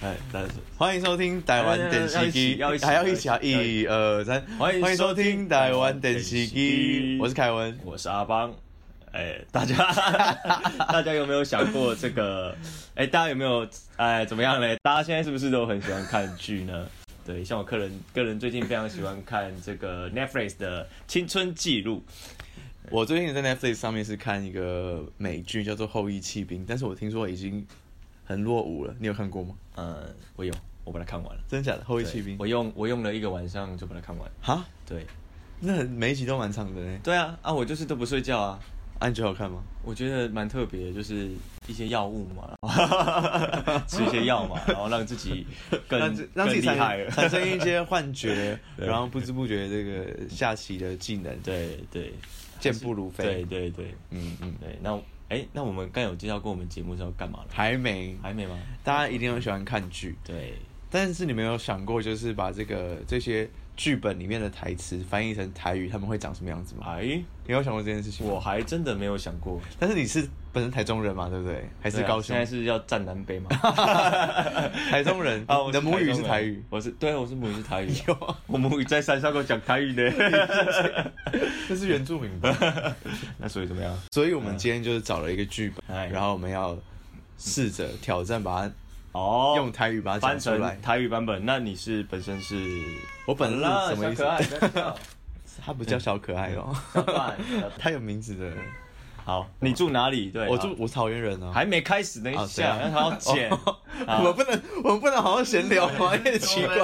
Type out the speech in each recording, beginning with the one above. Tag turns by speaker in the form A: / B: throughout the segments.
A: 哎，大家欢迎收听台湾电视机，
B: 要一起
A: 还
B: 要
A: 要
B: 一
A: 一
B: 起
A: 起啊！一二三，
B: 欢迎
A: 收听台湾电视机，我是凯文。
B: 我是阿邦。哎、大家， 大家有没有想过这个？哎、大家有没有哎怎么样嘞？大家现在是不是都很喜欢看剧呢？对，像我个人，个人最近非常喜欢看这个 Netflix 的《青春记录》。
A: 我最近在 Netflix 上面是看一个美剧，叫做《后裔弃兵》，但是我听说已经很落伍了。你有看过吗？
B: 嗯，我有，我把它看完了。
A: 真假的《后裔
B: 对
A: 弃兵
B: 我》？用我用了一个晚上就把它看完。
A: 哈，
B: 对，
A: 那很每一集都蛮长的呢。
B: 对啊，啊，我就是都不睡觉啊。
A: 啊，你觉得好看吗？
B: 我觉得蛮特别的，就是一些药物嘛， 吃一些药嘛，然后让自己更
A: 让自让自己
B: 更
A: 产
B: 厉害了。
A: 产生一些幻觉，
B: 对
A: 然后不知不觉这个下棋的技能
B: 对对
A: 健步如飞。
B: 对对对
A: 嗯嗯，
B: 对，那哎、那我们刚有介绍过我们节目是要干嘛了？
A: 还没，
B: 还没吗？
A: 大家一定很喜欢看剧。
B: 对，
A: 但是你没有想过，就是把这个这些剧本里面的台词翻译成台语，他们会长什么样子吗？
B: 哎，
A: 你有想过这件事情吗？
B: 我还真的没有想过，
A: 但是你是本身台中人嘛，对不对？还
B: 还
A: 是高雄？
B: 啊现在是要站南北吗？
A: 台中人
B: 啊，我
A: 你
B: 是
A: 的母语
B: 中
A: 是
B: 人
A: 台语。哎
B: 我是对，我是母语是台 语啊、
A: 有，
B: 我母语在山上跟我讲台 语呢，
A: 这是原住民吧？
B: 那所以怎么样？
A: 所以我们今天就是找了一个剧
B: 嗯哎
A: 本，然后我们要试着挑战把
B: 哦
A: 它，用台语把它
B: 翻
A: 讲出来
B: 成。台语版本，那你是本身是
A: 我本身是 什么意
B: 好啦
A: 思？
B: 小可爱，
A: 他不叫小可爱哦，
B: 小可爱小
A: 他有名字的。
B: 好，你住哪里？对，
A: 我
B: 好
A: 住我是桃园人啊。
B: 还没开始，等一
A: 啊对
B: 下，
A: 啊
B: 让他要剪，
A: 我们不能，我们不能好好闲聊吗？
B: 啊
A: 有点奇怪。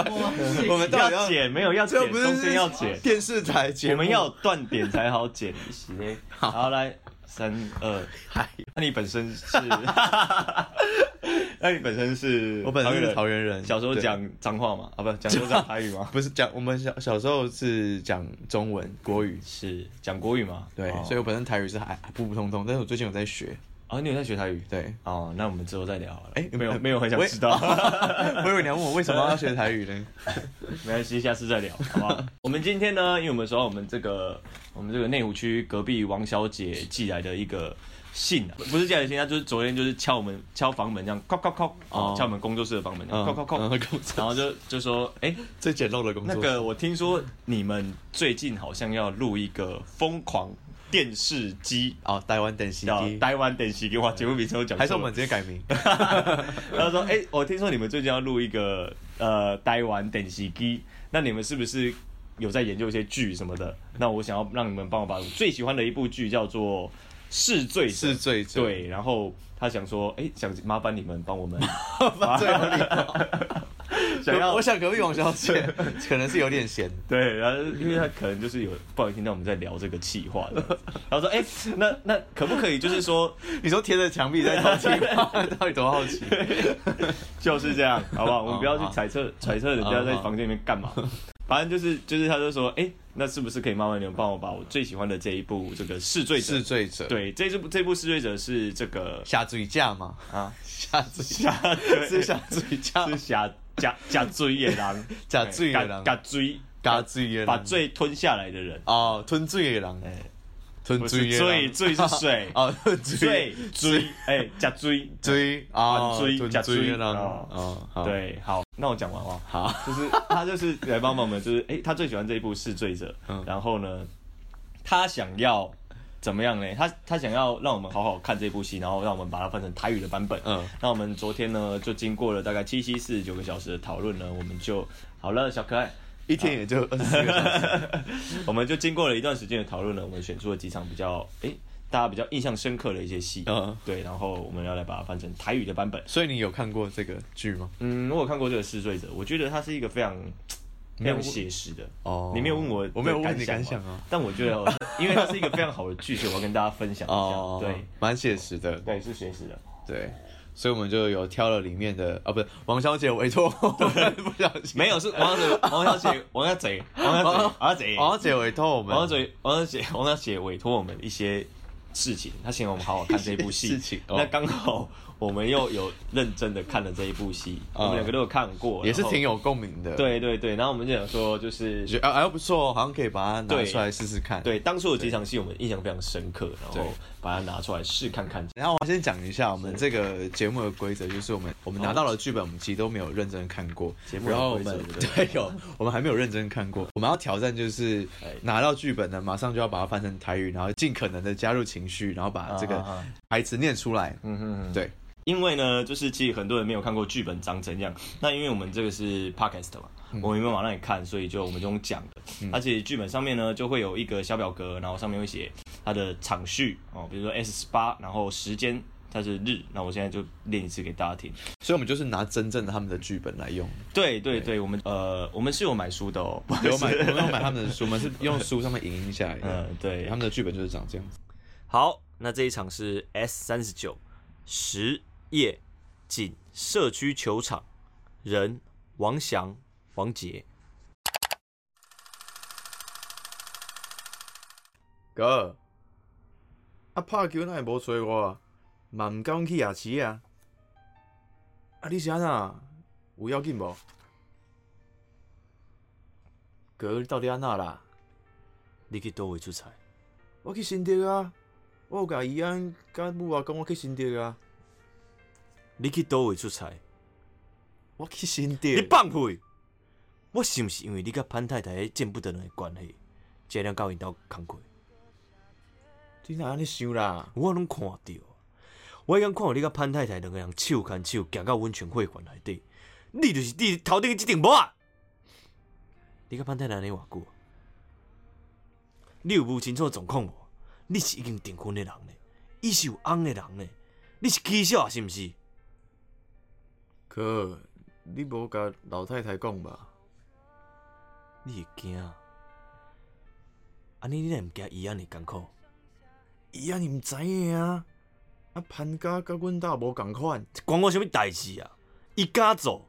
A: 我们到底
B: 要剪，没有要剪
A: 这，不
B: 中间
A: 是
B: 要剪，
A: 电视台节目，
B: 我们要有断点才好剪。行，好来，三二，
A: 嗨，
B: 那你本 身是，那你本身是，
A: 我本身是桃园人
B: 小时候
A: 对
B: 讲脏话嘛？啊，不，讲说讲台语 吗？
A: 不是讲我们小小时候是讲中文国语，
B: 是讲国语嘛？
A: 对，
B: 哦
A: 所以我本身台语是还普普通通，但是我最近有在学，
B: 哦，你有在学台语？
A: 对。
B: 哦，那我们之后再聊好了。
A: 哎
B: 没有
A: 呃
B: 没有很想
A: 喂
B: 知道，
A: 我以为你要问我为什么要学台语呢？
B: 没关系，下次再聊，好不 好？我们今天呢，因为我们说我们这个我们这个内湖区隔壁王小姐寄来的一个信、啊，不是寄来的信，她就是昨天就是敲我们敲房门这样，敲敲敲，
A: 哦
B: 敲我们工作室的房门，
A: 嗯
B: 敲敲敲，
A: 嗯工作室
B: 然后就就说，哎、
A: 最简陋的工作
B: 那个我听说你们最近好像要录一个疯狂电视机。
A: 哦，台湾等西
B: 叫
A: 机，
B: 台湾电视机，哇，节目名称都讲错了
A: 还是我们直接改名？
B: 他说：“哎、我听说你们最近要录一个呃台湾电视机，那你们是不是有在研究一些剧什么的？那我想要让你们帮我把我最喜欢的一部剧叫做《是罪者
A: 是罪者
B: 对，然后他想说，哎、想麻烦你们帮我们，
A: 最合理。
B: 想要
A: 我 想隔壁王小 姐可能是有点闲，
B: 对，然后因为他可能就是有不小心听到我们在聊这个气话这样子，然后说，哎、那那可不可以就是说
A: 你说贴着墙壁在偷听吗， 到底多好奇？
B: 就是这样，好 不好？我们不要去
A: 好
B: 揣测揣测人家在房间里面干 嘛。反正就是就是，他就说，哎、那是不是可以麻烦你们帮我把我最喜欢的这一部这个《试罪者》
A: 是罪者，，
B: 对，这部这部《试罪者》是这个
A: 下嘴架嘛，
B: 啊，
A: 下嘴
B: 假
A: 架 是下嘴架，
B: 是假假假罪野狼，
A: 假罪的人
B: 哎假罪
A: 嘎嘴的
B: 把
A: 人
B: 罪吞下来的人，
A: 哦，吞醉的人，
B: 哎、
A: 吞
B: 不
A: 醉的
B: 是罪
A: 人，，
B: 罪是水
A: 哦，吞醉
B: 罪罪哎假罪。
A: 醉啊，
B: 反水
A: 吞
B: 假
A: 醉的
B: 水
A: 人，
B: 哦
A: 哦，好，
B: 对，好，那我讲完了。
A: 好，
B: 就是他就是来帮帮我们，就是哎、诶他最喜欢这一部《试罪者》
A: 嗯
B: 然后呢，他想要怎么样呢？他他想要让我们好好看这部戏，然后让我们把它翻成台语的版本。
A: 嗯
B: 那我们昨天呢，就经过了大概七七四十九个小时的讨论呢，我们就好了，小可爱，
A: 一天也就二十四个小 时，
B: 我们就经过了一段时间的讨论呢，我们选出了几场比较哎、诶大家比较印象深刻的一些戏。
A: 嗯
B: 对，然后我们要来把它翻成台语的版本。
A: 所以你有看过这个剧吗？
B: 嗯，我有看过这个《试罪者》，我觉得它是一个非常非
A: 没有
B: 常写实的。
A: 哦
B: 你没有问我，
A: 我没有问你感
B: 感
A: 想啊，
B: 但我觉得哦，因为它是一个非常好的剧，所以我要跟大家分享一下。
A: 哦，
B: 对，
A: 蛮写实的，
B: 对，是写实的。
A: 对。所以我们就有挑了里面的啊，不是王小姐委托，我们 不小心
B: 没有，是王小姐，王小 姐，王小姐，王小姐，王小姐，
A: 王小姐委托我们，
B: 王小姐，王小姐，王小姐委托我们一些事情，他请我们好好看这一部戏。
A: 事情哦
B: 那刚好我们又有认真的看了这一部戏，
A: 嗯
B: 我们两个都有看过，
A: 也是
B: 然后
A: 挺有共鸣的。，
B: 对对对。然后我们就想说，就是
A: 觉得啊，哎不错哦，好像可以把它拿
B: 对
A: 出来试试看。
B: 对当初有几场戏我们印象非常深刻，然
A: 对
B: 后把它拿出来试看看。
A: 然后我先讲一下我们这个节目的规则，就是我们我们拿到了剧本，我们其实都没有认真看过。
B: 哦节目的
A: 然后我
B: 规则
A: 们
B: 对
A: 对有，我们还没有认真看过。我们要挑战就是
B: 哎
A: 拿到剧本呢，马上就要把它翻成台语，然后尽可能的加入情绪，然后把这
B: 啊
A: 个
B: 啊啊
A: 台词念出来。
B: 嗯哼哼，
A: 对，
B: 因为呢，就是其实很多人没有看过剧本长怎样。那因为我们这个是 podcast 嘛，我们没有往那里看，所以就我们就用讲的。而且剧本上面呢，就会有一个小表格，然后上面会写它的场序哦，比如说 S 八，然后时间它是日。那我现在就练一次给大家听。
A: 所以我们就是拿真正的他们的剧本来 用。
B: 对对对，我们呃，我们是有买书的哦，不好意
A: 有
B: 思
A: 买，我们有买他们的书，我们是用书上面影印下来的。
B: 嗯对
A: 他们的剧本就是长这样子。
B: 好，那这一场是 S 三十九实业锦社区球场，人王翔、王杰。
A: 哥，啊拍球哪会无找我啊？嘛毋敢去夜市啊？啊你是安那？有要紧无？哥，你到底安那啦？
B: 你去多位出差？
A: 我去新竹啊！我有甲伊安甲母啊讲我去新竹啊！
B: 你去多位出差？
A: 我去新竹。
B: 你放屁！我是毋是因为你甲潘太太迄见不得人的关系，才能到因兜工课？
A: 你哪安尼想啦？
B: 我拢看着，我刚看到你甲潘太太两个人手牵手行到温泉会馆内底，你就是你头顶即顶帽啊！你甲潘太太安尼偌久啊？你有无清楚状况无？你是已经订婚的人呢，伊是有翁的人呢，你是起笑啊是毋是？
A: 哥，你无甲老太太讲吧？
B: 你会惊啊？安尼你若毋惊伊安尼艰苦？
A: 伊安尼毋知影啊！啊潘家甲阮兜无共款。
B: 关我什物代志啊？伊敢做，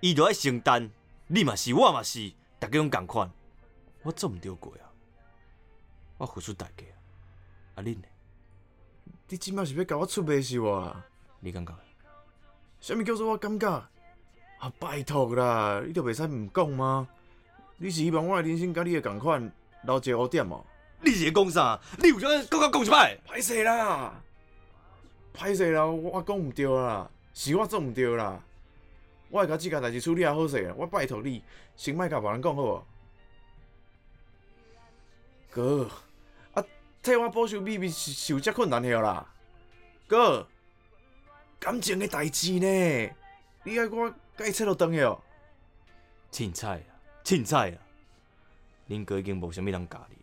B: 伊就爱承担。你嘛是，我嘛是，逐家拢共款。我做毋对过啊，我付出代价啊。啊，恁呢？
A: 你即摆是要甲我出卖是啊哇？
B: 你感觉呢？
A: 啥物叫做我感觉？啊，拜托啦，你著袂使毋讲吗？你是希望我的人生甲你的共款留一个污点哦？
B: 你是在讲啥？你有啥感觉讲一摆？
A: 歹势啦，歹势啦，我讲毋对啦，是我做毋对啦。我会甲即件代志处理啊好势，我拜托你，先莫甲别人讲好无？哥，啊，替我保守秘密是是有遮困难的啦。哥，感情的代志呢，你爱我甲伊切落断去哦。
B: 凊彩啊，凊彩啊，恁哥已经无啥物人教你了。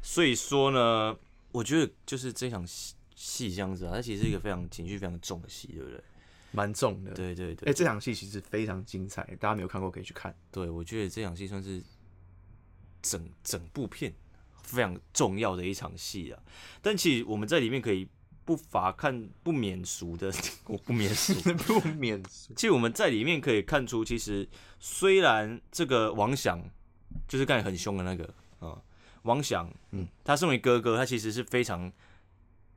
B: 所以说呢，我觉得就是这场戏戏这样子啊，它其实是一个非常情绪非常重的戏，对不对？
A: 蛮重的。
B: 对对
A: 哎、
B: 对，
A: 这场戏其实非常精彩，大家没有看过可以去看。
B: 对我觉得这场戏算是整整部片非常重要的一场戏啊。但其实我们在里面可以不乏看不免俗的， 我不免俗，
A: 不免俗。
B: 其实我们在里面可以看出，其实虽然这个王想就是干很凶的那个啊、王想，嗯，他身为哥哥，他其实是非常，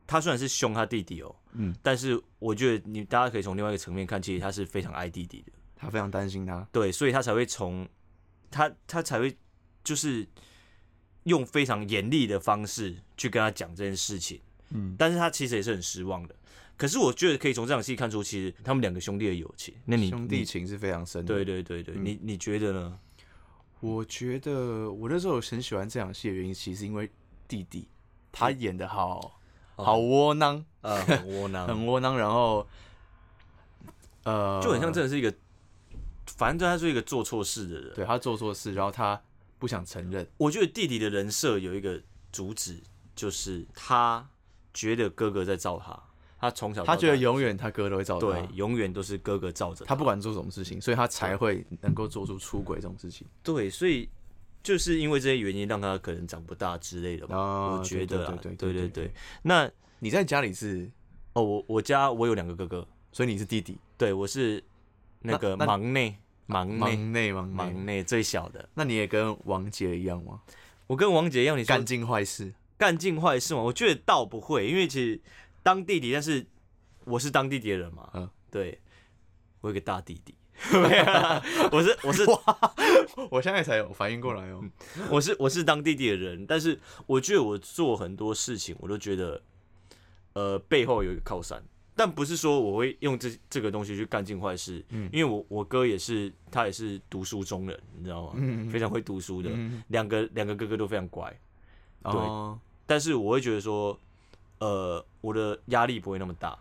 B: 他虽然是凶他弟弟哦，
A: 嗯，
B: 但是我觉得你大家可以从另外一个层面看，其实他是非常爱弟弟的，
A: 他非常担心他，
B: 对，所以他才会从他他才会就是用非常严厉的方式去跟他讲这件事情，
A: 嗯，
B: 但是他其实也是很失望的。可是我觉得可以从这场戏看出，其实他们两个兄弟的友情。那你
A: 兄弟情嗯是非常深的。
B: 对，对对对，你你觉 得呢？
A: 我觉得我那时候很喜欢这场戏的原因，其实因为弟弟哦他演的好、好窝囊，
B: 啊，很窝囊，
A: 很窝囊，然后呃，
B: 就很像真的是一个，反正他是一个做错事的人。
A: 对他做错事，然后他不想承认。
B: 我觉得弟弟的人设有一个主旨，就是他觉得哥哥在罩他，他从小到
A: 他觉得
B: 大
A: 永远他哥都会找
B: 对，永远都是哥哥罩着他
A: 他不管做什么事情，所以他才会能够做出出轨这种事情。
B: 对，所以就是因为这些原因，让他可能长不大之类的吧。
A: 啊
B: 我觉得啦，
A: 对对对
B: 对
A: 对对
B: 对。那
A: 你在家里是，
B: 哦，我我家我有两个哥哥，
A: 所以你是弟弟，
B: 对我是那个
A: 那那
B: 忙内忙内
A: 忙内忙内
B: 忙内最小的。
A: 那你也跟王杰一样吗？
B: 我跟王杰一样，你说
A: 干尽坏事，
B: 干尽坏事嘛？我觉得倒不会，因为其实当弟弟，但是我是当弟弟的人嘛，
A: 嗯
B: 对，我有个大弟弟， 没有啦我是我是
A: 我现在才有反应过来哦。
B: 我是我是当弟弟的人，但是我觉得我做很多事情，我都觉得，呃，背后有一个靠山，但不是说我会用这这个东西去干尽坏事，因为我我哥也是，他也是读书中人，你知道吗？非常会读书的，两个两个哥哥都非常乖，
A: 对哦，
B: 但是我会觉得说，呃，我的压力不会那么大，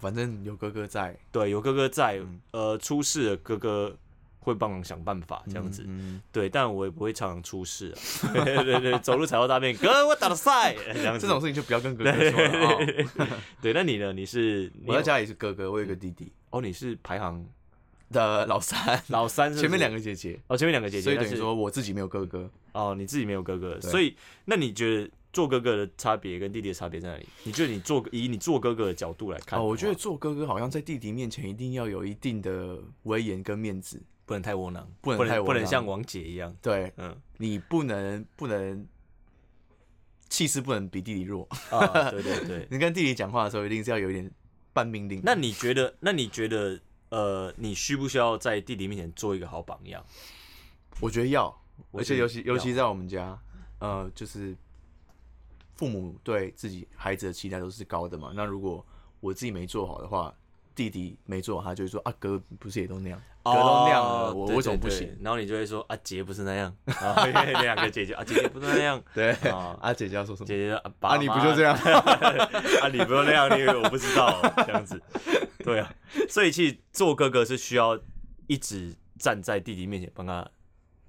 A: 反正有哥哥在，
B: 对，有哥哥在，呃，出事了哥哥会帮忙想办法，这样子，
A: 嗯，
B: 对，但我也不会常常出事啊。 对对对，走路踩到大便，哥，我打了赛，这样子
A: 这。种事情就不要跟哥哥说了啊。哦
B: 对，那你呢？你是你有
A: 我在家里是哥哥，我有一个弟弟
B: 哦，你是排行
A: 的老 三，
B: 老三是不是，
A: 前面两
B: 个
A: 个姐姐，
B: 哦，前面两嗯个姐姐，
A: 所以等
B: 但
A: 于
B: 是
A: 说我自己没有哥哥。
B: 哦，你自己没有哥哥，
A: 对
B: 所以那你觉得做哥哥的差别跟弟弟的差别在哪里？你觉得你做以你做哥哥的角度来
A: 哦，
B: 看的话，
A: 我觉得做哥哥好像在弟弟面前一定要有一定的威严跟面子，
B: 不能太窝囊，
A: 不能太窝
B: 不能
A: 囊
B: 像王姐一样，
A: 对
B: 嗯
A: 你不能不能气势不能比弟弟弱。
B: 啊，对对对。
A: 你跟弟弟讲话的时候，一定是要有一点半命令。
B: 那你觉得？那你觉得？呃，你需不需要在弟弟面前做一个好榜样？
A: 我觉得要，
B: 我
A: 而且
B: 觉得
A: 尤其
B: 要
A: 尤其在我们家，呃，就是父母对自己孩子的期待都是高的嘛。那如果我自己没做好的话，弟弟没做好，他就会说啊，哥不是也都那样，哥都那样了，
B: 哦
A: 我
B: 对
A: 为什么
B: 对
A: 不
B: 对
A: 行？
B: 然后你就会说啊，姐不是那样， 啊，因为 两个姐姐啊，姐姐不是那样，
A: 对，
B: 哦
A: 啊，姐姐要说什么？
B: 姐姐说啊，爸
A: 啊，你不就这 样？
B: 啊，你不用那样，你以为我不知道哦这 样子？对啊，所以其实做哥哥是需要一直站在弟弟面前帮他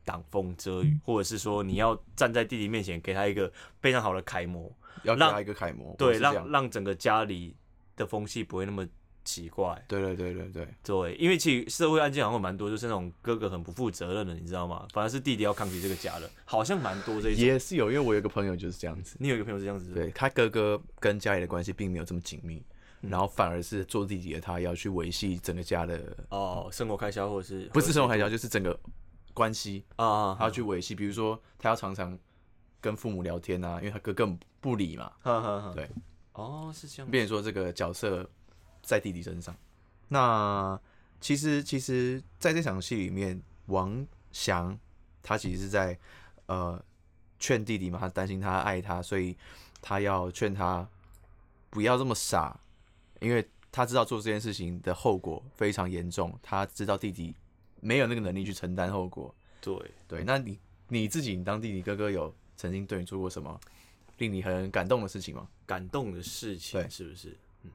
B: 挡风遮雨，或者是说你要站在弟弟面前给他一个非常好的楷模，
A: 要给
B: 让
A: 他一个楷模，我
B: 对，
A: 哦是这样
B: 让让整个家里的风气不会那么奇怪。
A: 对对对对对，
B: 对，因为其实社会案件好像蛮多，就是那种哥哥很不负责任的，你知道吗？反而是弟弟要扛起这个家的，好像蛮多这一种。
A: 也是有，因为我有一个朋友就是这样子，
B: 你有一个朋友是这样子，，
A: 对他哥哥跟家里的关系并没有这么紧密，
B: 嗯
A: 然后反而是做弟弟的他要去维系整个家的，
B: 哦，生活开销或者是
A: 不是生活开销，就是整个关系，
B: 啊，
A: 他要去维系。比如说，他要常常跟父母聊天啊，因为他哥根本不理嘛，
B: 哈哈哈，
A: 对，
B: 哦，是这样，
A: 变成说这个角色在弟弟身上。那其实其实在这场戏里面，王翔他其实是在呃劝弟弟嘛，他担心他爱他，所以他要劝他不要这么傻，因为他知道做这件事情的后果非常严重，他知道弟弟没有那个能力去承担后果。
B: 对。
A: 对，那你你自己，你当弟弟哥哥有曾经对你做过什么令你很感动的事情吗？
B: 感动的事情，
A: 对
B: 是不是？嗯，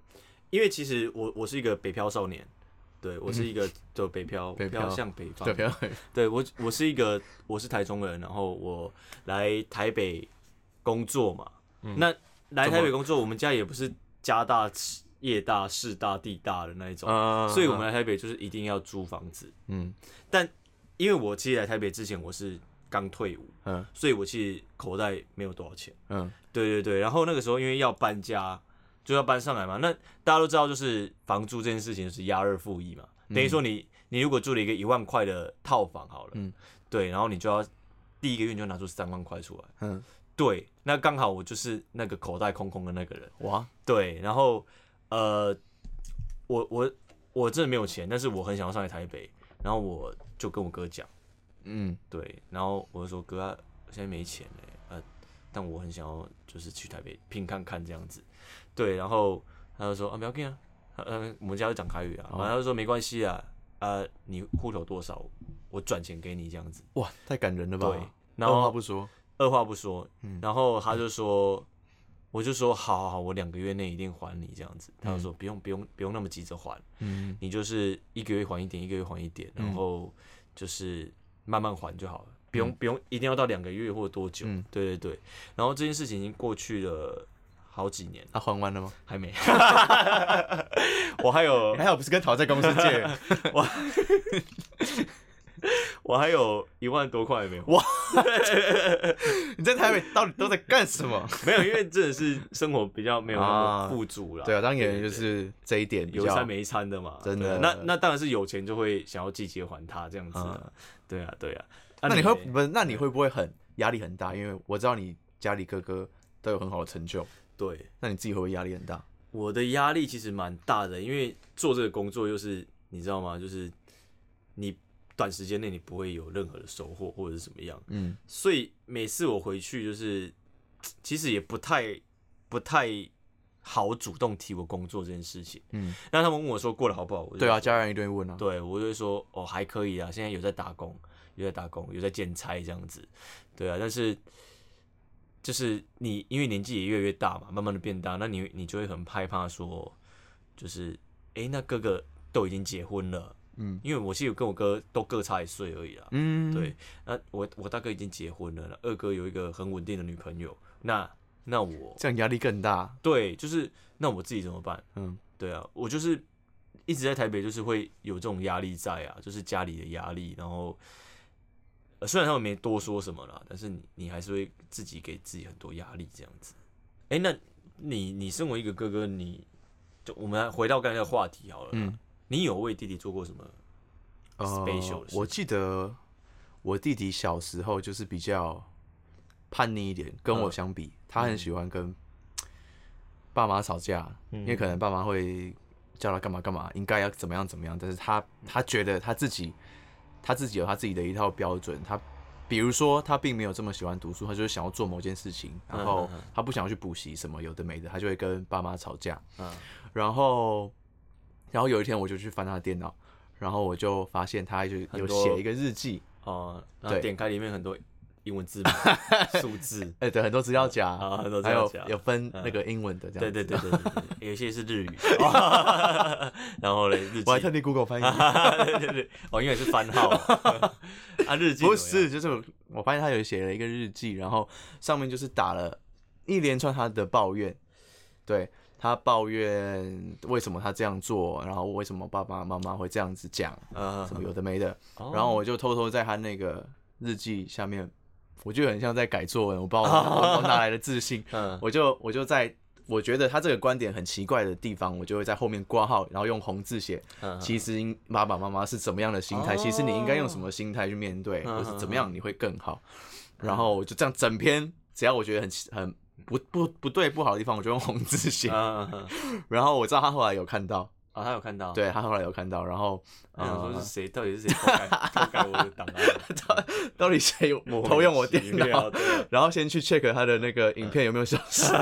B: 因为其实我我是一个北漂少年，对我是一个就北漂，
A: 嗯北漂
B: 漂向北方，
A: 对，不要
B: 对我我是一个我是台中人，然后我来台北工作嘛，那来台北工作，我们家也不是家大业大势大地大的那一种，
A: 啊
B: 所以我们来台北就是一定要租房子，
A: 嗯
B: 但因为我其实来台北之前我是刚退伍，
A: 嗯
B: 所以我其实口袋没有多少钱。
A: 嗯
B: 对对对，然后那个时候因为要搬家，就要搬上来嘛。那大家都知道，就是房租这件事情是押二付一嘛，等于说你你如果住了一个一万块的套房好了，
A: 嗯
B: 对，然后你就要第一个月你就拿出三万块出来，
A: 嗯，
B: 对，那刚好我就是那个口袋空空的那个人，
A: 哇，
B: 对，然后呃，我我我真的没有钱，但是我很想要上来台北，然后我就跟我哥讲。
A: 嗯
B: 对，然后我就说哥、啊，现在没钱嘞、呃，但我很想要就是去台北拼看看这样子，对，然后他就说啊不要紧啊，呃我们家就讲台语啊，然后他就说没关系啊，呃你户头多少我转钱给你这样子，
A: 哇，太感人了吧？
B: 对，然
A: 二话
B: 后
A: 不说，嗯
B: 二话不说，然后他就说。我就说好好好，我两个月内一定还你这样子。他就说不用不用不用那么急着还，
A: 嗯
B: 你就是一个月还一点，一个月还一点，然后就是慢慢还就好了，不用、不用一定要到两个月或多久。
A: 嗯
B: 对对对。然后这件事情已经过去了好几年，
A: 他、还完了吗？
B: 还没。 我还有
A: 还好不是跟讨债公司借，
B: 我还有一万多块没有，
A: 你在台北到底都在干什么？
B: 没有，因为真的是生活比较没有那么
A: 啊
B: 富足啦。
A: 对啊，当演
B: 对
A: 员就是这一点比
B: 有
A: 较
B: 一餐没一餐的嘛，
A: 真
B: 对啊
A: 的嗯
B: 那那当然是有钱就会想要季节还他这样子啊、对啊对啊。啊
A: 那你会
B: 嘞
A: 不是？那你会不会很压力很大？因为我知道你家里哥哥都有很好的成就，
B: 对，
A: 那你自己会不会压力很大？
B: 我的压力其实蛮大的，因为做这个工作又是你知道吗？就是你短时间内你不会有任何的收获或者是怎么样，
A: 嗯，
B: 所以每次我回去就是，其实也不太不太好主动提我工作这件事情。
A: 嗯，
B: 那他们问我说过得好不好，我就
A: 对啊，，家人一定会问啊，
B: 对我就会说哦还可以啊，现在有在打工，有在打工，有在兼差这样子，对啊，但是。就是你，因为年纪也越来越大嘛，慢慢的变大，那你你就会很害怕说，就是诶，那哥哥都已经结婚了，
A: 嗯
B: 因为我其实跟我哥都各差一岁而已啦，
A: 嗯，
B: 对，那我我大哥已经结婚了，那二哥有一个很稳定的女朋友，那那我
A: 这样压力更大，
B: 对，就是那我自己怎么办？
A: 嗯
B: 对啊，我就是一直在台北，就是会有这种压力在啊，就是家里的压力，然后、呃、虽然他们没多说什么啦，但是你你还是会自己给自己很多压力这样子。哎、那你你身为一个哥哥，你就我们来回到刚才的话题好了，
A: 嗯，
B: 你有为弟弟做过什么？
A: 呃
B: Special 的事情
A: 我记得我弟弟小时候就是比较叛逆一点，跟我相
B: 嗯
A: 比，他很喜欢跟爸妈吵架，
B: 嗯
A: 因为可能爸妈会叫他干嘛干嘛，应该要怎么样怎么样，但是他他觉得他自己他自己有他自己的一套标准，他。比如说，他并没有这么喜欢读书，他就是想要做某件事情，
B: 嗯
A: 然后他不想要去补习什么有的没的，他就会跟爸妈吵架。
B: 嗯
A: 然后，然后有一天我就去翻他的电脑，然后我就发现他就有
B: 很多
A: 写一个日记，
B: 哦、然后
A: 对
B: 点开里面很多英 文字母、数字，
A: 哎、对，很多资料夹，
B: 啊很多资
A: 还
B: 料
A: 有
B: 夹嗯
A: 有分那个英文的这样
B: 对
A: 子。
B: 对对对对，对有些是日 语， 然后嘞日记啊
A: 我还特地 Google 翻译，
B: 对对对，哦，因为是番 号啊，日记
A: 不是，就是我我发现他有写了一个日记，然后上面就是打了一连串他的抱怨，对他抱怨为什么他这样做，然后为什么爸爸妈妈会这样子讲，
B: 呃
A: 什么有的没的，
B: 哦
A: 然后我就偷偷在他那个日记下面，我就很像在改作文，我不知道 我我我哪来的自信，
B: 嗯
A: 我就我就在我觉得他这个观点很奇怪的地方，我就会在后面挂号，然后用红字写，
B: 嗯
A: 其实应爸爸妈妈是怎么样的心态，
B: 哦
A: 其实你应该用什么心态去面对，
B: 嗯
A: 或是怎么样你会更好。然后我就这样整篇，只要我觉得很奇很不不不对不好的地方，我就用红字写。
B: 嗯嗯
A: 然后我知道他后来有看到，
B: 啊，他有看到，，
A: 对他后来有看到，然后
B: 他想说
A: 呃
B: 是谁，到底是谁偷改偷改我的档案，
A: 到底谁有 偷用我电
B: 莫名其
A: 脑
B: 妙，对
A: 然后先去 check 他的那个影片有没有消失，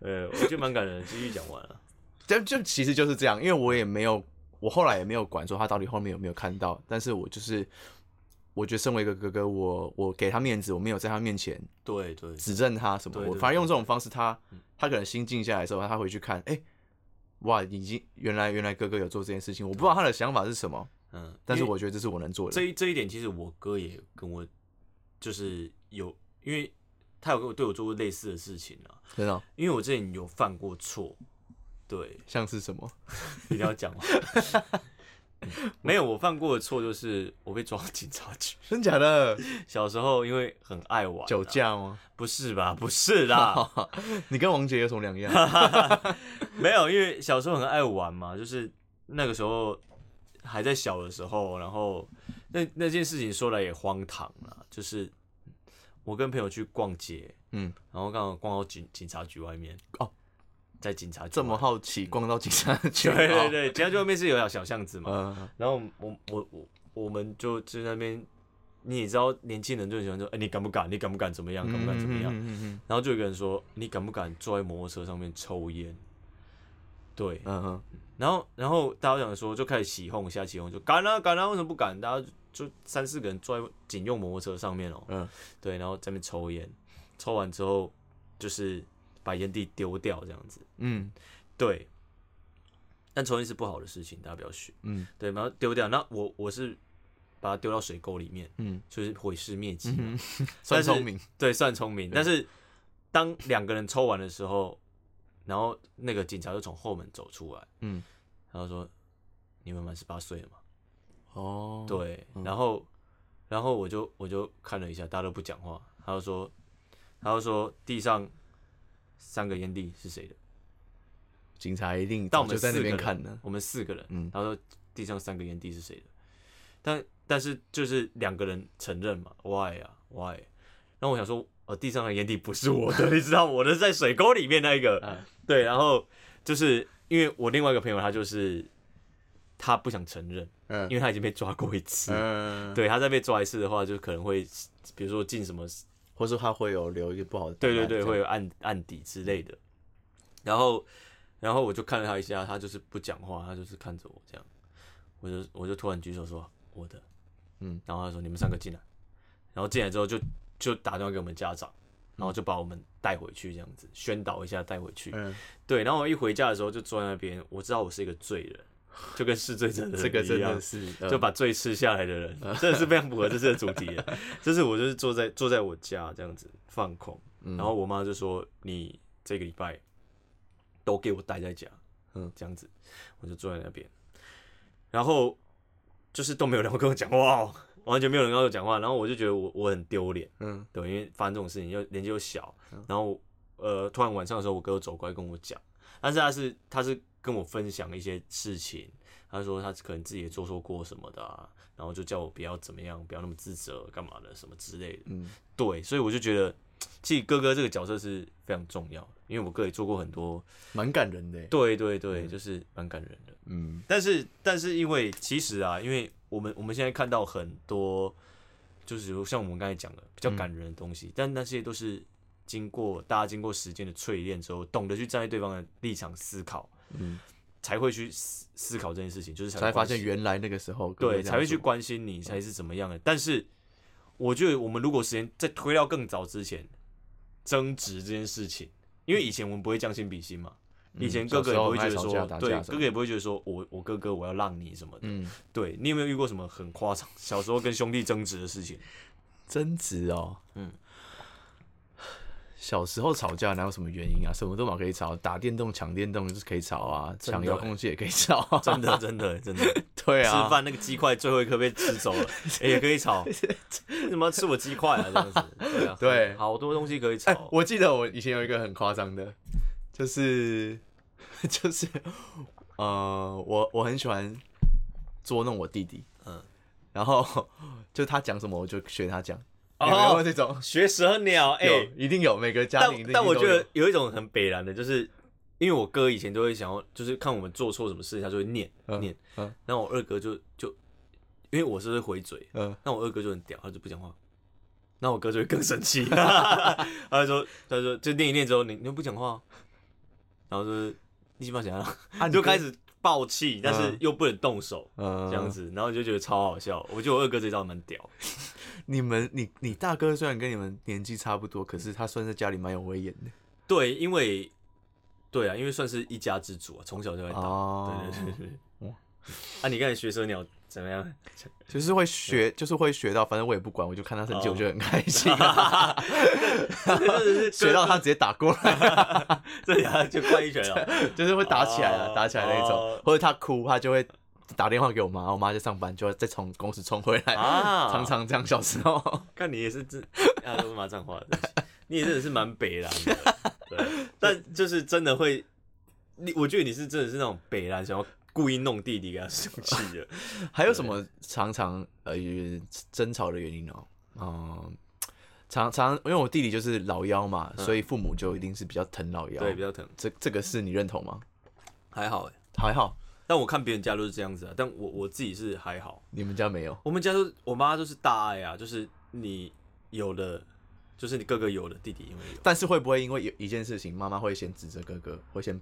B: 呃，我觉得蛮感人的，继续讲完啊了，
A: 就就其实就是这样，因为我也没有，我后来也没有管说他到底后面有没有看到，但是我就是，我觉得身为一个哥哥，我我给他面子，我没有在他面前
B: 对对，
A: 指正他什么，
B: 对对嗯
A: 我反而用这种方式他，他可能心静下来的时候，他回去看，哎、哇，已经原来原来哥哥有做这件事情，我不知道他的想法是什么，
B: 嗯，
A: 但是
B: 因为
A: 我觉得这是我能做的
B: 这，一这一点，其实我哥也跟我就是有，因为他有跟我对我做过类似的事情啊，
A: 真的哦、
B: 因为我之前有犯过错，对，
A: 像是 什么？
B: 一定要讲吗？
A: 嗯
B: 没有，我犯过的错就是我被抓到警察 局。
A: 真假的
B: 小时候因为很爱玩啊、
A: 酒驾吗？
B: 不是吧？不是啦，
A: 你跟王杰有什么两样？
B: 没有，因为小时候很爱玩嘛，就是那个时候还在小的时候，然后那那件事情说来也荒唐啦，就是我跟朋友去逛街，
A: 嗯，
B: 然后刚好逛到警警察局外面，
A: 哦，
B: 在警察局
A: 这么
B: 外
A: 好奇，逛到警察局，
B: 对对， 对，警察局外面是有条小巷子嘛，
A: 呃，
B: 然后我我我我们就就在那边，你也知道，年轻人就很喜欢说，哎、你敢不敢？你敢不敢？怎么样？敢不敢？怎么样？
A: 嗯
B: 然后就有一个人说，你敢不敢坐在摩托车上面抽烟？对，
A: 嗯嗯
B: 然后然后大家想说，就开始起哄，下起哄就敢啊敢啊，为什么不敢？大家就就三四个人坐在警用摩托车上面哦，
A: 嗯，
B: 对，然后在那边抽烟，抽完之后就是把烟蒂丢掉这样子，
A: 嗯
B: 对。但抽烟是不好的事情，大家不要学。
A: 嗯
B: 对，然后丢掉。那我我是把它丢到水沟里面，
A: 嗯，
B: 就是毁尸灭迹 嘛。
A: 算聪明，
B: 对，算聪明。但是当两个人抽完的时候，然后那个警察就从后门走出来，
A: 嗯，
B: 然后说：“你们满十八岁了嘛
A: 哦，？”，
B: 对，然后然后我就我就看了一下，大家都不讲话。他就说：“他就说地上三个烟蒂是谁的？
A: 警察一定
B: 但我
A: 早
B: 们
A: 就在
B: 四
A: 那边
B: 个人
A: 看呢，
B: 我们四个人，
A: 嗯
B: 他说地上三个烟蒂是谁的？但但是就是两个人承认嘛，why 啊 why？然后我想说，哦，地上的烟蒂不是我的，你 知道我的在水沟里面那一个，
A: 嗯
C: 啊
B: 对，然后就是因为我另外一个朋友，他就是他不想承认，
A: 嗯
B: 因为他已经被抓过一次，
A: 嗯，，
B: 对，他再被抓一次的话，就可能会比如说进什么，
A: 或是他会有留一个不好的档
B: 对
A: 案，
B: 对对，
A: 这样
B: 会有案案底之类的。然后，然后我就看了他一下，他就是不讲话，他就是看着我这样，我就我就突然举手说我的，
A: 嗯，
B: 然后他说你们三个进来，然后进来之后就就打电话给我们家长，然后就把我们带回去这样子，宣导一下带回去，
A: 嗯，
B: 对，然后我一回家的时候就坐在那边，我知道我是一个罪人，就跟是罪者的
A: 这个
B: 人
A: 真
B: 一样
A: 的是嗯
B: 就把罪吃下来的人，真的是非常符合这次的主题了。就是我就是坐在坐在我家这样子放空，然后我妈就说：“你这个礼拜都给我待在家。”
A: 嗯
B: 嗯，这样子，我就坐在那边，然后就是都没有人跟我讲话哦， 完全没有人跟我讲话，然后我就觉得我我很丢脸，
A: 嗯
B: 对，因为发生这种事情又年纪又小，然后呃，突然晚上的时候，我哥走过来跟我讲，但是他是他是跟我分享一些事情，他说他可能自己也做错过什么的、啊，然后就叫我不要怎么样，不要那么自责，干嘛的什么之类的。
A: 嗯
B: 对，所以我就觉得，其实哥哥这个角色是非常重要的，因为我哥也做过很多，
A: 蛮感人的，欸
B: 对对对，就是蛮感人的。
A: 嗯
B: 但是但是因为其实啊，因为我们我们现在看到很多，就是像我们刚才讲的比较感人的东西，但那些都是经过大家经过时间的淬炼之后，懂得去站在对方的立场思考，
A: 嗯，
B: 才会去思思考这件事情，就是才会
A: 才发
B: 关
A: 现
B: 心
A: 原来那个时候
B: 对才会去
A: 管，
B: 关心你才是怎么样的。但是我觉得我们如果时间再推到更早之前，争执这件事情，因为以前我们不会将心比心嘛。以前哥哥也不会觉得
A: 小时候
B: 说
A: 很爱吵架，打架
B: 对
A: 什么的
B: 哥哥也不会觉得说我我哥哥我要让你什么的，
A: 嗯，
B: 对你有没有遇过什么很夸张，小时候跟兄弟争执的事 情？
A: 争执哦，
B: 嗯。
A: 小时候吵架哪有什么原因啊？什么都嘛可以吵，打电动、抢电动就是可以吵啊，
B: 真的
A: 抢遥控器也可以吵、啊，
B: 真的，真的，真 的，
A: 对啊，
B: 吃饭那个鸡块最后一颗被吃走 了，欸也可以吵。为什么要吃我鸡块啊？这样子， 对啊，
A: 对
B: 好多东西可以
A: 哎、
B: 吵。
A: 我记得我以前有一个很夸张的，就是 就是呃，我我很喜欢捉弄我弟弟，嗯
B: 嗯，
A: 然后就他讲什么我就学他讲，
B: 哦
A: 有没有过这种？
B: 学蛇鸟，哎、
A: 有，一定有，每个家
B: 但
A: 庭一定
B: 但我
A: 都
B: 觉
A: 有
B: 得有一种很北然的，就是因为我哥以前都会想要，就是看我们做错什么事，他就会念、
A: 嗯
B: 念，
A: 嗯
B: 然后我二哥就就因为我是会回嘴，
A: 嗯
B: 那我二哥就很屌，他就不讲话。那我哥就会更生气， 他就说，他就说就念一念之后，你你又不讲话，然后就是你鸡巴想啊，
A: 啊，你
B: 就
A: 哥
B: 开始爆气，但是又不能动手，
A: 嗯
B: 这样。子，然后就觉得超好笑。我觉得我二哥这招蛮屌，
A: 你们你你大哥虽然跟你们年纪差不多，可是他算在家里蛮有威严的
B: 对，因为对啊，因为算是一家之主啊，从小就在打，
A: 哦，
B: 对对对对
A: 哇。
B: 啊，你刚才学蛇鸟怎 么样？
A: 就是会学，就是会学到，反正我也不管，我就看他生气，
B: 哦
A: 我就很开心 啊、
B: 这
A: 学到他直接打过来。
B: 这俩就灌一拳了。
A: 就是会打起来了，
B: 哦
A: 打起来那种，
B: 哦
A: 或者他哭，他就会打电话给我妈，我妈在上班，就会再从公司冲回来，
B: 啊
A: 常常这样。小时候，
B: 看你也是真，啊，都是骂脏话的，对不起你也真的是蛮北蓝的， 对，但就是真的会，你我觉得你是真的是那种北蓝，想要故意弄弟弟给他生气 的，
A: 还有什么常常呃争吵的原因哦？嗯、常常因为我弟弟就是老幺嘛，所以父母就一定是比较疼老幺。
B: 嗯对，比较疼，
A: 这这个是你认同吗？
B: 还好哎。
A: 还好
B: 但我看别人家都是这样子啊，但我我自己是还好。
A: 你们家没有。
B: 我们家都我妈都是大爱啊，就是你有了，就是你哥哥有了，弟弟也会有，
A: 但是会不会因为有一件事情，妈妈会先指责哥哥，会先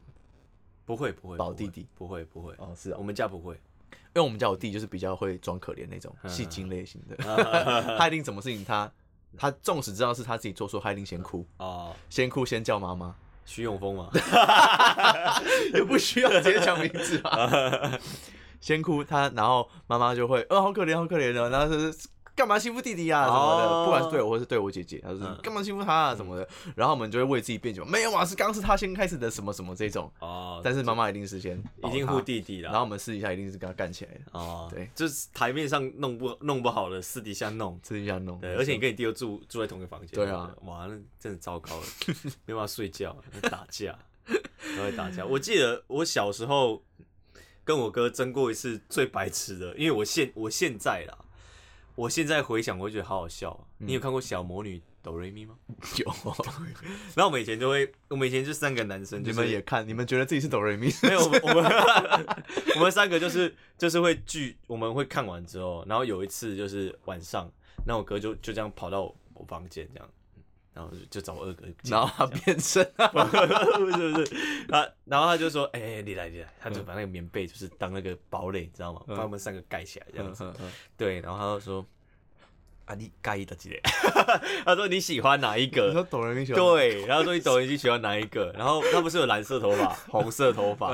B: 不会不会
A: 保弟弟，
B: 不会不会，不会
A: 哦是啊
B: 我们家不会，
A: 因为我们家我弟就是比较会装可怜那种
B: 嗯
A: 戏精类型的， 他一定什么事情他他纵使知道是他自己做错，他一定先哭，
B: 哦，
A: 先哭先叫妈 妈，
B: 徐永峰嘛，
A: 也不需要直接讲名字吧， 先哭他，然后妈妈就会，呃、好可怜，好可怜的，然后就是干嘛欺负弟弟啊什么的，
B: 哦
A: 不管是对我或是对我姐姐，他就是
B: 嗯
A: 干嘛欺负他啊什么的，然后我们就会为自己辩解，没有啊，是刚刚是他先开始的什么什么这种，
B: 哦，
A: 但是妈妈一定是先
B: 一定
A: 护
B: 护，弟弟啦，
A: 然后我们私底下一定是跟他干起来的，
B: 哦，
A: 对，
B: 就是台面上弄不弄不好的，私底下弄。
A: 私底下弄，
B: 对，而且你跟你弟又住住在同一个房间，
A: 对啊，
B: 哇，那真的糟 糕了，没办法睡觉，打架，然后打架。我记得我小时候跟我哥争过一次最白痴的，
A: 嗯
B: 因为我现我现在啦，我现在回想我会觉得好好笑啊。你有看过小魔女哆瑞咪吗？
A: 有，
B: 然后我们以前就会，我们以前就三个男生，
A: 你
B: 就是嗯
A: 们也看，你们觉得自己是哆 瑞咪？
B: 没有，我们我们我们三个就是就是会聚，我们会看完之后，然后有一次就是晚上，那我哥就就这样跑到我房间这样，然后就就找我二哥进来，
A: 然后他变啊身，
B: 不是不是，他然后他就说，哎、哎你来你来，他
A: 嗯
B: 就把那个棉被就是当那个堡垒，你知道吗？把我们三个盖起来 这
A: 嗯
B: 样子，嗯对，然后他就说，啊你盖的 几类，他说你喜欢哪一
A: 你说
B: 个？
A: 哆瑞咪喜欢
B: 对，然后说你抖音机喜欢哪一个？然后他不是有蓝色头 发、红色头发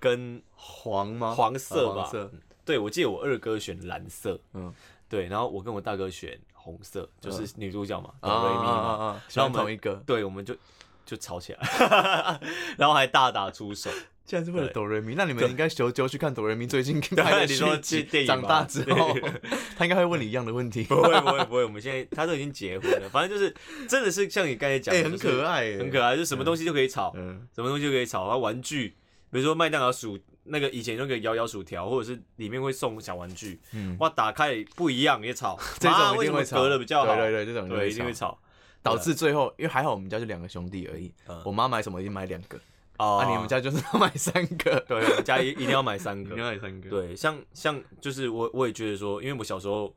B: 跟
A: 呃黄吗？
B: 黄色吧
A: 黄色，
B: 对，我记得我二哥选蓝色，
A: 嗯，
B: 对，然后我跟我大哥选红色，就是女主角嘛，嗯哆
A: 啊
B: 瑞咪
A: 啊啊
B: 嘛，
A: 啊！喜欢
B: 然后我
A: 同
B: 们
A: 一个，
B: 对，我们就就吵起来， 然后还大打 出手。
A: 竟然是为了
B: 对
A: 哆瑞咪，那你们应该求救去看哆瑞咪最 近拍的
B: 你说
A: 续集
B: 去电影
A: 长
B: 吧
A: 大之后
B: 对，
A: 他应该会问你一样的问题。
B: 不会不会不会，我们现在他都已经结婚了，反正就是真的是像你刚才讲 的，
A: 哎，很
B: 就是
A: 可爱耶，
B: 很可
A: 爱。
B: 爱，就什么东西就可以吵，
A: 嗯，
B: 什么东西就可以吵，然后玩具，比如说麦当劳薯那个以前那个摇摇薯条，或者是里面会送小玩具，
A: 嗯
B: 哇，打开不一样也吵，
A: 这
B: 啊
A: 种一
B: 为
A: 定
B: 什
A: 会
B: 么
A: 吵，
B: 隔了比较好，
A: 对对对，这种
B: 对一定会
A: 吵，
B: 吵。
A: 导致最后，因为还好我们家就两个兄弟而已
B: 嗯，
A: 我妈买什么已经买两个，
B: 哦
A: 啊，你们家就是要买三个，
B: 对，我们家一一定要买三 个。
A: 买三个，
B: 对，像像就是我我也觉得说，因为我小时候，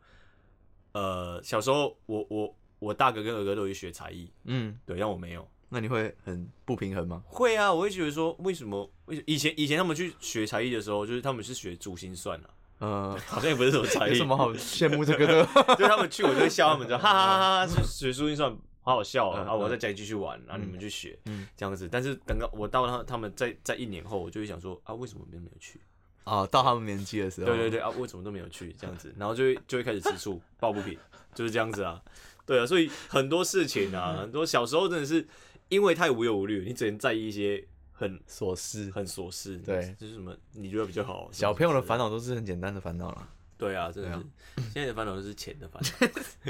B: 呃，小时候我我我大哥跟二哥都有去学才艺，
A: 嗯，
B: 对，让我没有。
A: 那你会很不平衡吗？
B: 会啊，我会觉得说，为什么？为什以前以前他们去学才艺的时候，就是他们是学珠心算啊，
A: 呃，
B: 好像也不是什么才
A: 有
B: 艺
A: 什，么好羡慕这个的？
B: 就是他们去我就会笑他们，就哈哈哈哈，学学珠心算。好好笑啊！
A: 嗯
B: 然后
A: 嗯
B: 我在家里继续玩，然后你们去学，
A: 嗯
B: 这样子。但是等到我到他他们在在一年后，我就会想说啊，为什么你们没有去？
A: 啊，到他们年纪的时候，
B: 对对对啊，我怎么都没有去这样子，然后就会就会开始吃醋，抱不平，就是这样子啊。对啊，所以很多事情
A: 嗯
B: 啊，很多小时候真的是因为太无忧无虑，你只能在意一些很
A: 琐事，
B: 很琐事，
A: 对
B: 就是什么你觉得比较好。
A: 小朋友的
B: 什么
A: 烦恼都嗯是很简单的烦恼啦。
B: 之类的对啊，真的是、现在的烦恼就是钱的烦恼，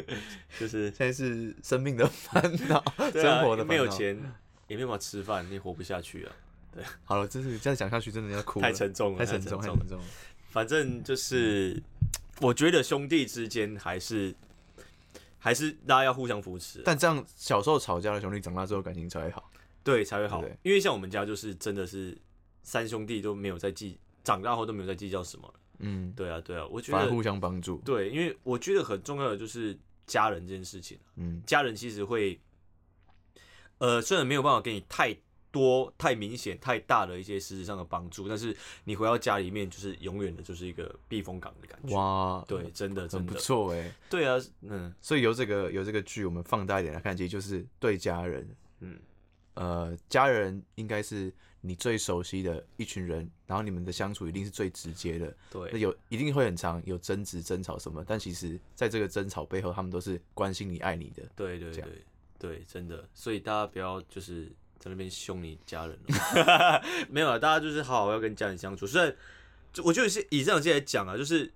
B: 就是
A: 现在是生命的烦恼，
B: 对啊
A: 生活的烦恼
B: 没有。钱，也没有办法吃饭，你活不下 去啊，
A: 好了，这是这样讲下去，真的要哭了，
B: 太沉重了，
A: 太
B: 沉
A: 沉重，哎太
B: 重了
A: 沉。重了。
B: 反正就是，我觉得兄弟之间还是还是大家要互相扶持啊。
A: 但这样小时候吵架的兄弟，长大之后感情才会好。
B: 对，才会好
A: 对不对。
B: 因为像我们家就是真的是三兄弟都没有在计，长大后都没有在计较什么。
A: 嗯，
B: 对啊，对啊，我觉
A: 反而
B: 得
A: 互相帮助。
B: 对，因为我觉得很重要的就是家人这件事情，啊
A: 嗯
B: 家人其实会，呃，虽然没有办法给你太多、太明显、太大的一些实质上的帮助，但是你回到家里面就是永远的就是一个避风港的感觉。
A: 哇，
B: 对，，真的，
A: 很
B: 真
A: 不
B: 的，
A: 错哎。
B: 对啊，嗯
A: 所以由这个由这个剧，我们放大一点来看，其实就是对家人，
B: 嗯，
A: 呃，家人应该是你最熟悉的一群人，然后你们的相处一定是最直接的，那
B: 对，
A: 有一定会很长，有争执、争吵什么，但其实在这个争吵背后，他们都是关心你、爱你的。
B: 对对
A: 这样
B: 对对，真的，所以大家不要就是在那边凶你家人、 哦， 没有啊，大家就是好好要跟家人相处。虽然就我觉得是以这样来讲啊，就是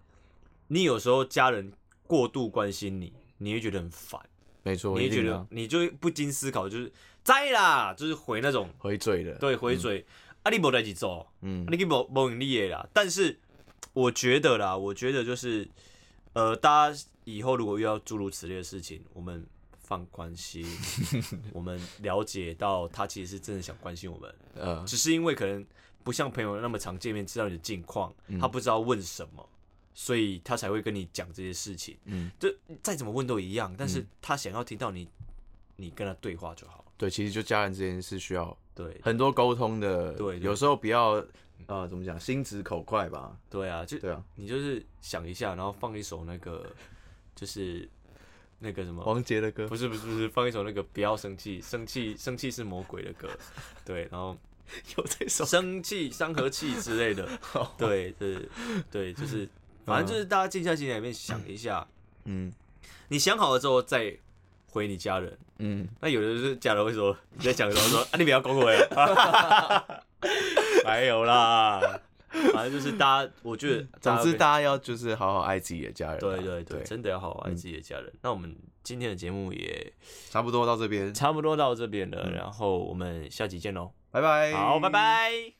B: 你有时候家人过度关心你，你会觉得很烦，
A: 没错，
B: 你会
A: 一
B: 觉
A: 定
B: 得
A: 啊
B: 你就会不经思考，就是在啦，就是回那种
A: 回嘴的，，
B: 对回嘴，啊你没在一起做，
A: 嗯
B: 啊，你去某某盈利的啦。但是我觉得啦，我觉得就是，呃，大家以后如果遇到诸如此类的事情，我们放宽 心，我们了解到他其实是真的想关心我们，
A: 呃，
B: 只是因为可能不像朋友那么常见面，知道你的近况，
A: 嗯
B: 他不知道问什么。所以他才会跟你讲这些事情，
A: 嗯，
B: 就再怎么问都一样，但是他想要听到你，你跟他对话就好了。
A: 对，其实就家人之间是需要
B: 对，
A: 很多沟通的，
B: 对对
A: 有时候不要呃怎么讲，心直口快吧，
B: 对啊，就
A: 对啊，
B: 你就是想一下，然后放一首那个，就是那个什么，
A: 王杰的歌
B: 哦不是不是不是，放一首那个不要生气，生气生气是魔鬼的歌，对，然后
A: 有这首，
B: 生气伤和气之类 的，对对对，就是反正就是大家静下心来里面想一下，
A: 嗯
B: 你想好了之后再回你家人。
A: 嗯，
B: 那有的就是家人会说你在讲什么说啊，你不要恭维， 没有啦，反正就是大家，我觉得
A: 总之
B: 会
A: 大家要就是好好爱自己的家人啊，
B: 对对对，
A: 对，嗯
B: 真的要好好爱自己的家人。那我们今天的节目也
A: 差不多到这边，
B: 差不多到这边了，然后我们下集见喽。
A: 拜拜，
B: 好，拜。拜。